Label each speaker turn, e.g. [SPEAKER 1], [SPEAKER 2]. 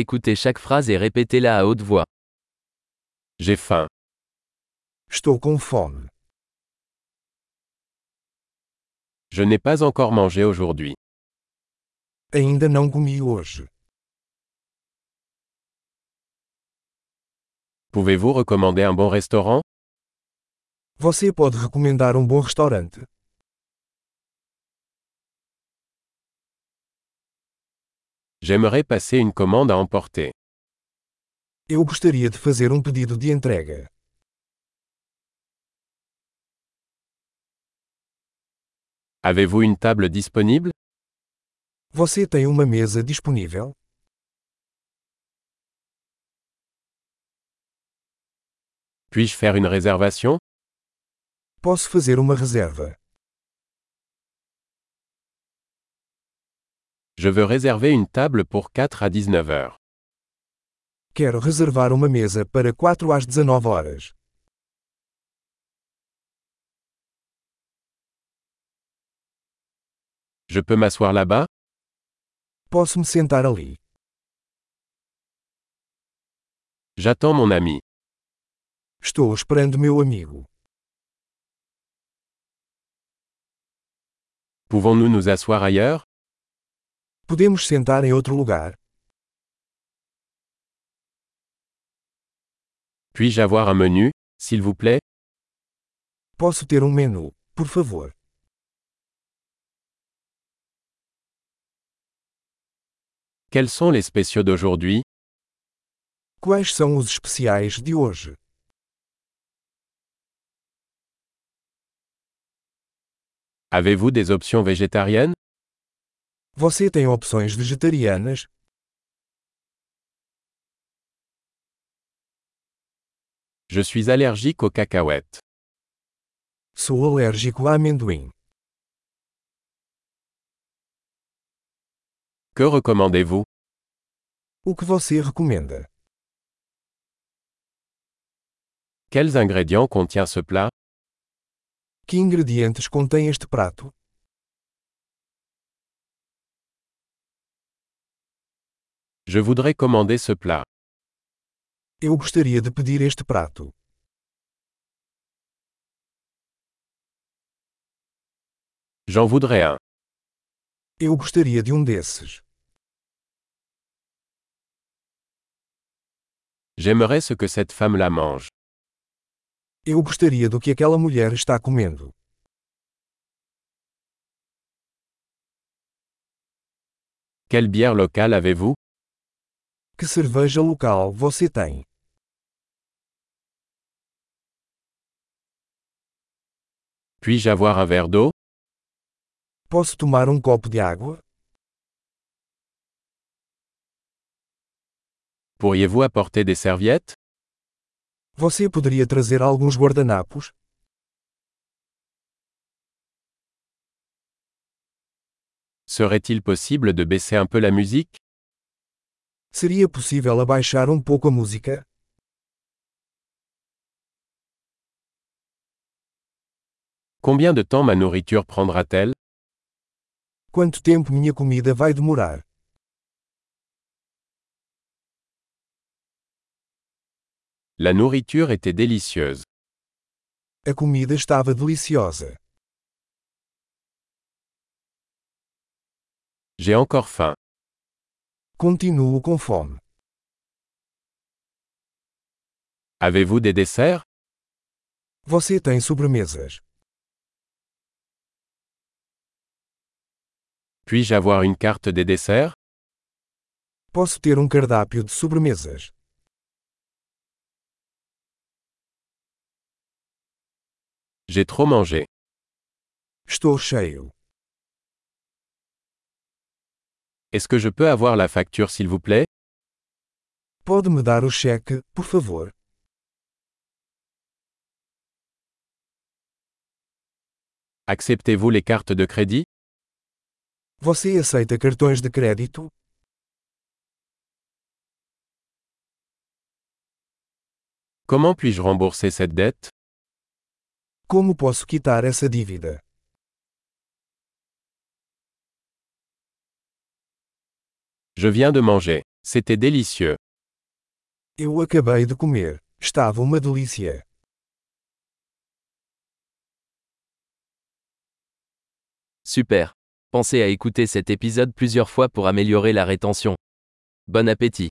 [SPEAKER 1] Écoutez chaque phrase et répétez-la à haute voix.
[SPEAKER 2] J'ai faim.
[SPEAKER 3] Estou com fome.
[SPEAKER 2] Je n'ai pas encore mangé aujourd'hui.
[SPEAKER 3] Ainda não comi hoje.
[SPEAKER 2] Pouvez-vous recommander un bon restaurant
[SPEAKER 3] Você pode recomendar um bom restaurante.
[SPEAKER 2] J'aimerais passer une commande à emporter.
[SPEAKER 3] Eu gostaria de fazer um pedido de entrega.
[SPEAKER 2] Avez-vous une table disponible
[SPEAKER 3] Você tem uma mesa disponível?
[SPEAKER 2] Puis-je faire une réservation
[SPEAKER 3] Posso fazer uma reserva.
[SPEAKER 2] Je veux réserver une table pour 4 à 19 heures.
[SPEAKER 3] Quero reservar uma mesa para 4 às 19 horas.
[SPEAKER 2] Je peux m'asseoir là-bas
[SPEAKER 3] Posso me sentar ali.
[SPEAKER 2] J'attends mon ami.
[SPEAKER 3] Estou esperando meu amigo.
[SPEAKER 2] Pouvons-nous nous asseoir ailleurs
[SPEAKER 3] Podemos sentar em outro lugar?
[SPEAKER 2] Puis-je avoir un menu, s'il vous plaît
[SPEAKER 3] Posso ter um menu, por favor.
[SPEAKER 2] Quels sont les spéciaux d'aujourd'hui
[SPEAKER 3] Quais são os especiais de hoje?
[SPEAKER 2] Avez-vous des options végétariennes
[SPEAKER 3] Você tem opções vegetarianas?
[SPEAKER 2] Je suis allergique aux cacahuètes.
[SPEAKER 3] Sou alérgico a amendoim.
[SPEAKER 2] Que recommandez-vous
[SPEAKER 3] O que você recomenda?
[SPEAKER 2] Quels ingrédients contient ce plat
[SPEAKER 3] Que ingredientes contém este prato?
[SPEAKER 2] Je voudrais commander ce plat.
[SPEAKER 3] Eu gostaria de pedir este prato.
[SPEAKER 2] J'en voudrais un.
[SPEAKER 3] Eu gostaria de um desses.
[SPEAKER 2] J'aimerais ce que cette femme la mange.
[SPEAKER 3] Eu gostaria do que aquela mulher está comendo.
[SPEAKER 2] Quelle bière locale avez-vous
[SPEAKER 3] Que cerveja local você tem?
[SPEAKER 2] Puis-je avoir un verre d'eau
[SPEAKER 3] Posso tomar um copo de água?
[SPEAKER 2] Pourriez-vous apporter des serviettes
[SPEAKER 3] Você poderia trazer alguns guardanapos?
[SPEAKER 2] Serait-il possible de baisser un peu la musique
[SPEAKER 3] Seria possível abaixar um pouco a música?
[SPEAKER 2] Combien de temps ma nourriture prendra-t-elle
[SPEAKER 3] Quanto tempo minha comida vai demorar?
[SPEAKER 2] La nourriture était délicieuse.
[SPEAKER 3] A comida estava deliciosa.
[SPEAKER 2] J'ai encore faim.
[SPEAKER 3] Continuo com fome.
[SPEAKER 2] Avez-vous des desserts
[SPEAKER 3] Você tem sobremesas.
[SPEAKER 2] Puis-je avoir une carte des desserts
[SPEAKER 3] Posso ter um cardápio de sobremesas.
[SPEAKER 2] J'ai trop mangé.
[SPEAKER 3] Estou cheio.
[SPEAKER 2] Est-ce que je peux avoir la facture s'il vous plaît
[SPEAKER 3] Pode me dar o cheque, por favor?
[SPEAKER 2] Acceptez-vous les cartes de crédit
[SPEAKER 3] Você aceita cartões de crédito?
[SPEAKER 2] Comment puis-je rembourser cette dette
[SPEAKER 3] Como posso quitar essa dívida?
[SPEAKER 2] Je viens de manger.
[SPEAKER 4] C'était délicieux.
[SPEAKER 3] Eu acabei de comer. Estava uma delícia.
[SPEAKER 2] Super. Pensez à écouter cet épisode plusieurs fois pour améliorer la rétention. Bon appétit.